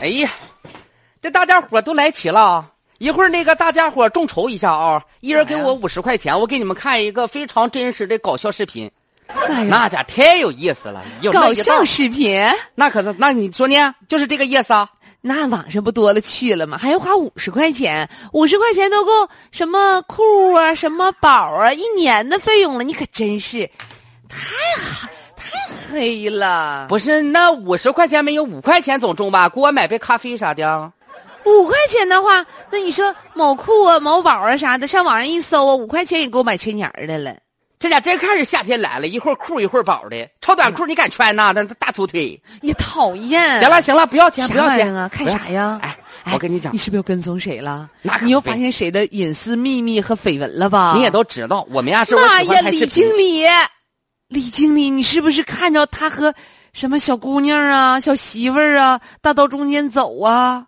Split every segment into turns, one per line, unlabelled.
哎呀，这大家伙都来齐了，一会儿那个大家伙众筹一下啊，一人给
哎
我五十块钱，我给你们看一个非常真实的搞笑视频，
哎呀，
那家太有意思了，有那
搞
一道
笑视频，
那可是那你说呢？就是这个意思啊。
那网上不多了去了吗？还要花五十块钱，五十块钱都够什么裤啊、什么宝啊，一年的费用了。你可真是太黑太黑了，
不是，那五十块钱没有五块钱总中吧？给我买杯咖啡啥的啊。
五块钱的话，那你说某裤啊、某宝啊啥的，上网上一搜啊，五块钱也给我买缺年儿的了。
这家真看是夏天来了，一会儿裤一会儿宝的，超短裤你敢穿呐？那那大粗腿。
也讨厌。
行了，行了，不要钱不
啥
要
玩意
钱
儿啊？看
不要
啥
钱
呀？
哎，我跟你讲
你，是不是又跟踪谁了
那？可
你又
不呗
发现谁的隐私秘密和绯闻了吧？
你也都知道，我们家是我
妈
喜欢
呀，
拍
李
视频
经。理，李经理，你是不是看着他和什么小姑娘啊、小媳妇儿啊，大道中间走啊？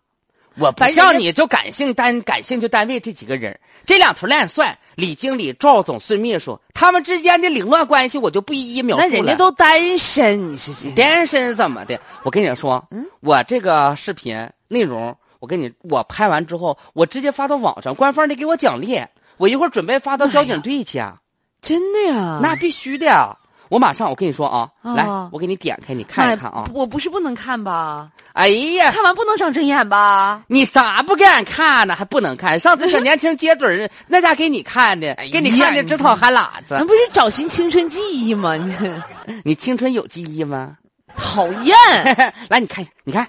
我不
反正
像
人
你就感兴单感兴趣单位这几个人，这两头乱算，李经理、赵总、孙秘书他们之间的凌乱关系，我就不一一描述
那
了。
人家都单身，你是谁？
单身怎么的？我跟你说，
嗯
我这个视频内容，我跟你，我拍完之后，我直接发到网上，官方得给我奖励，我一会儿准备发到交警队去啊，
真的呀？
那必须的呀、我马上，我跟你说啊，
啊哦
来，我给你点开，你看一看啊
妈呀。我不是不能看吧？
哎呀，
看完不能长针眼吧？
你啥不敢看呢？还不能 看？上次小年轻接嘴儿，那家给你看的，
哎
给你看的直淌哈喇
那
子。
不是找寻青春记忆吗？你
你青春有记忆吗？
讨厌，
来，你看，你看，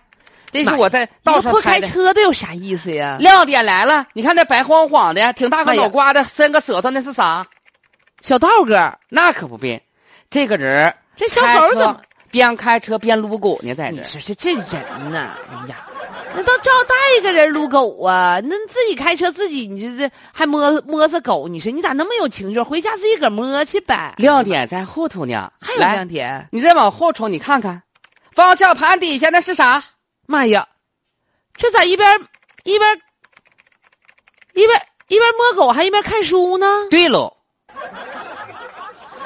这
妈
是
呀
我在
一
道
个
上
破
拍
开
的。
车的有啥意思呀？
亮点来了，你看那白晃晃的，挺大个脑瓜子，伸个舌头，那是啥？
小道哥，
那可不呗。这个人儿
这小狗怎么？
边开车边撸狗呢？在这
你
儿
说这这人呐，哎呀，那都招待一个人撸狗啊？那自己开车自己，你这这还摸摸着狗，你说你咋那么有情趣？回家自己个儿摸去呗。
亮点在后头呢。
还有
来
亮，点，
你再往后瞅，你看看，方向盘底下那是啥？
妈呀，这咋一边一边一边一边摸狗，还一边看书呢？
对喽。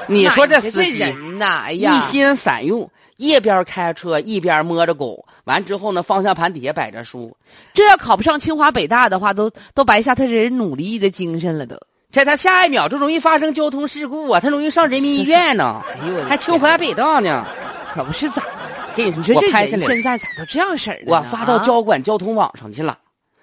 你说
妈
这
呀
司机
人呐，哎呀，
一心三用，一边开车一边摸着狗，完之后呢，方向盘底下摆着书，
这要考不上清华北大的话，都都白瞎他这人努力的精神了都。
这他下一秒就容易发生交通事故啊，他容易上人民医院呢，
哎呦我的
还清华北大呢。
可不是咋的？
这
你说
我
这
拍
人
下来了，
现在咋都这样式儿的呢？
我发到
啊
交管交通网上去了。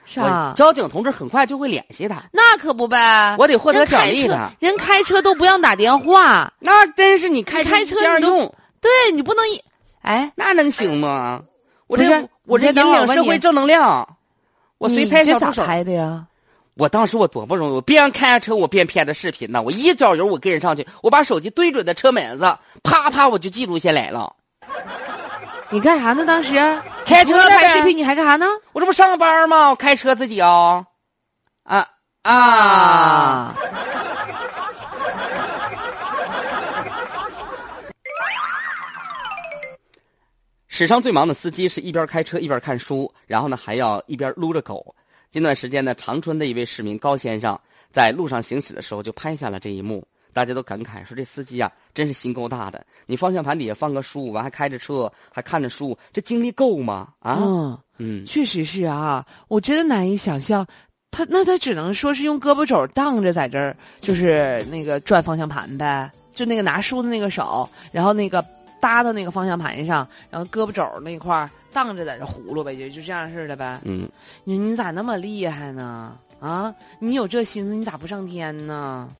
是
我
啊，
交警同志很快就会联系他，
那可不呗，
我得获得
人
奖
开
励
车
的。
人开车都不让打电话，
那真是你开
你开车
这样
你都
用，
对你不能一，哎，
那能行吗？我
不
这
是
我
你
这引
先等会儿我
领
问
社
你
会正能量，我随拍
你
小助
这咋
手。
拍的呀？
我当时我多不容易，我边开着车我边拍的视频呢，我一脚油我跟上去，我把手机对准的车门子，啪啪我就记录下来了。
你干啥呢？当时
开
除
车
了
呢
拍
呗
视频，你还干啥呢？
我这不上班吗？我开车自己啊、啊啊！
啊，
史上最忙的司机是一边开车一边看书，然后呢还要一边撸着狗。近段时间呢，长春的一位市民高先生在路上行驶的时候就拍下了这一幕，大家都感慨说这司机啊真是心够大的，你方向盘底下放个书，完还开着车还看着书，这精力够吗？啊，
嗯，
嗯，
确实是啊，我真的难以想象。他那他只能说是用胳膊肘荡着在这儿，就是那个转方向盘呗，就那个拿书的那个手，然后那个搭到那个方向盘上，然后胳膊肘那块儿荡着在这葫芦呗，就就这样似的呗。
嗯，
你说你咋那么厉害呢？啊，你有这心思，你咋不上天呢？